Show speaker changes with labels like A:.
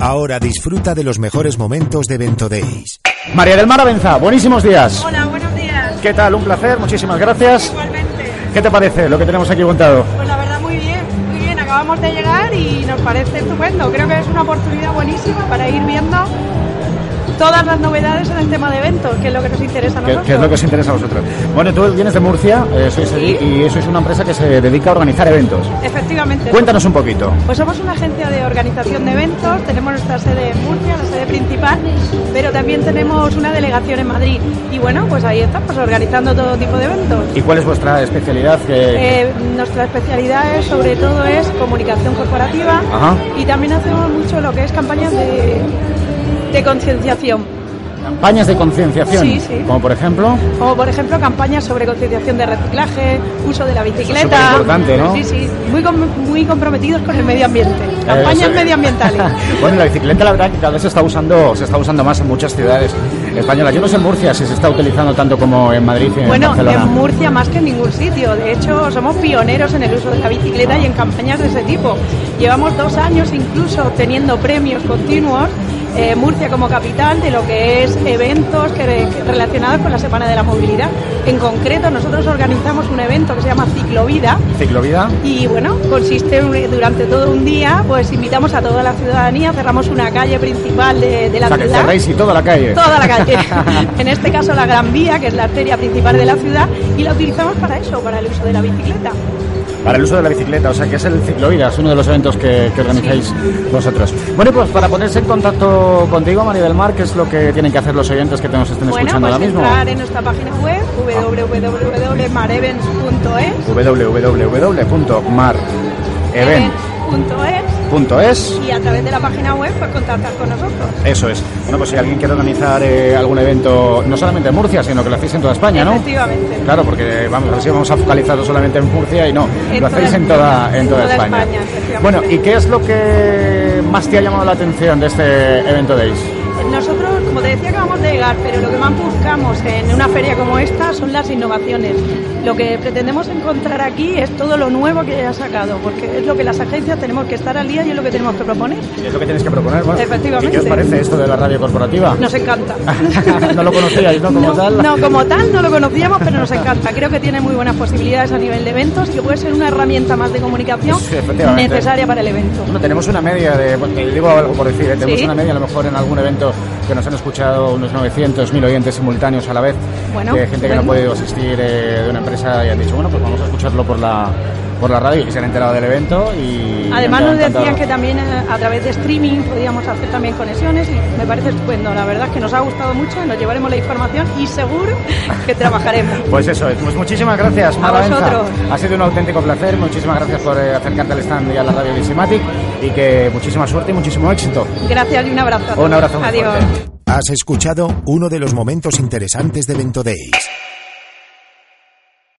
A: Ahora disfruta de los mejores momentos de Vento Days.
B: María del Mar Abenza, buenísimos días.
C: Hola, buenos días.
B: ¿Qué tal? Un placer, muchísimas gracias.
C: Igualmente.
B: ¿Qué te parece lo que tenemos aquí contado?
C: Pues la verdad, muy bien, muy bien. Acabamos de llegar y nos parece estupendo. Creo que es una oportunidad buenísima para ir viendo todas las novedades en el tema de eventos, que es lo que nos interesa a
B: ¿Qué,
C: nosotros.
B: qué es lo que os interesa a vosotros? Bueno, tú vienes de Murcia eh, sois allí y sois una empresa que se dedica a organizar eventos.
C: Efectivamente.
B: Cuéntanos un poquito.
C: Pues somos una agencia de organización de eventos, tenemos nuestra sede en Murcia, la sede principal, pero también tenemos una delegación en Madrid. Y bueno, pues ahí estamos organizando todo tipo de eventos.
B: ¿Y cuál es vuestra especialidad? que-
C: Eh, nuestra especialidad es, sobre todo es comunicación corporativa
B: Ajá.
C: y también hacemos mucho lo que es campañas de, de concienciación,
B: Campañas de concienciación.
C: sí, sí.
B: Como por ejemplo.
C: como por ejemplo campañas sobre concienciación de reciclaje, uso de la bicicleta.
B: es superimportante, ¿no? Eh,
C: Sí, sí, muy, com- muy comprometidos con el medio ambiente, campañas
B: Eso es.
C: medioambientales.
B: bueno, la bicicleta la verdad que cada vez se está usando, se está usando más en muchas ciudades españolas. Yo no sé en Murcia si se está utilizando tanto como en Madrid y en
C: Bueno,
B: Barcelona.
C: en Murcia más que en ningún sitio. De hecho, somos pioneros en el uso de la bicicleta y en campañas de ese tipo. Llevamos dos años incluso obteniendo premios continuos. eh, Murcia como capital de lo que es eventos que, que relacionados con la Semana de la Movilidad. En concreto, nosotros organizamos un evento que se llama Ciclovida,
B: Ciclovida.
C: y bueno, consiste en- durante todo un día, pues invitamos a toda la ciudadanía, cerramos una calle principal de, de la
B: O sea, que
C: ciudad.
B: cerréis y toda la calle.
C: Toda la calle. en este caso la Gran Vía, que es la arteria principal de la ciudad, y la utilizamos para eso, para el uso de la bicicleta.
B: Para el uso de la bicicleta, o sea que es el ciclovida, es uno de los eventos que, que organizáis vosotros. Bueno, pues para ponerse en contacto contigo, María del Mar, ¿qué es lo que tienen que hacer los oyentes que nos estén
C: Bueno,
B: escuchando
C: pues
B: ahora mismo?
C: entrar en nuestra página web, www.marevents.es
B: www.marevent.es
C: events.es, y a través de la página web, pues contactar con nosotros.
B: Eso es. Bueno, pues si alguien quiere organizar eh, algún evento, no solamente en Murcia, sino que lo hacéis en toda España, ¿no?
C: Efectivamente.
B: Claro, porque vamos, a ver si vamos a focalizarlo solamente en Murcia y no,
C: En
B: lo hacéis
C: toda
B: en toda,
C: España,
B: en toda, España.
C: efectivamente.
B: bueno, ¿y qué es lo que más te ha llamado la atención de este evento de IS?
C: Nosotros, como te decía, acabamos de llegar, pero lo que más buscamos en una feria como esta son las innovaciones. Lo que pretendemos encontrar aquí es todo lo nuevo que haya sacado, porque es lo que las agencias tenemos que estar al día y es lo que tenemos que proponer.
B: Es lo que tienes que proponer, bueno,
C: Efectivamente.
B: ¿Y qué os parece esto de la radio corporativa?
C: Nos encanta.
B: No lo conocíais, ¿no? Como
C: no,
B: tal.
C: no, como tal no lo conocíamos, pero nos encanta. Creo que tiene muy buenas posibilidades a nivel de eventos y que puede ser una herramienta más de comunicación
B: Sí, efectivamente.
C: necesaria para el evento.
B: Bueno, tenemos una media de, bueno, te digo algo por decir, ¿eh? tenemos
C: Sí.
B: una media a lo mejor en algún evento que nos han escuchado unos 900, 1000 oyentes simultáneos a la vez,
C: Bueno,
B: de gente que no ha
C: bueno.
B: podido asistir eh, de una empresa y han dicho, bueno, pues vamos a escucharlo por la, por la radio y se han enterado del evento y...
C: Además
B: me ha
C: nos decían
B: encantado.
C: que también eh, a través de streaming podíamos hacer también conexiones y me parece estupendo. La verdad es que nos ha gustado mucho, nos llevaremos la información y seguro que trabajaremos.
B: Pues eso, es. pues muchísimas gracias, Mar Abenza.
C: vosotros.
B: Ha sido un auténtico placer, muchísimas gracias por eh, acercarte al stand y a la radio Disimatic y que muchísima suerte y muchísimo éxito.
C: Gracias y un abrazo. a
B: Un
C: todos.
B: abrazo muy
C: Adiós.
B: fuerte.
A: Has escuchado uno de los momentos interesantes de Vento Days.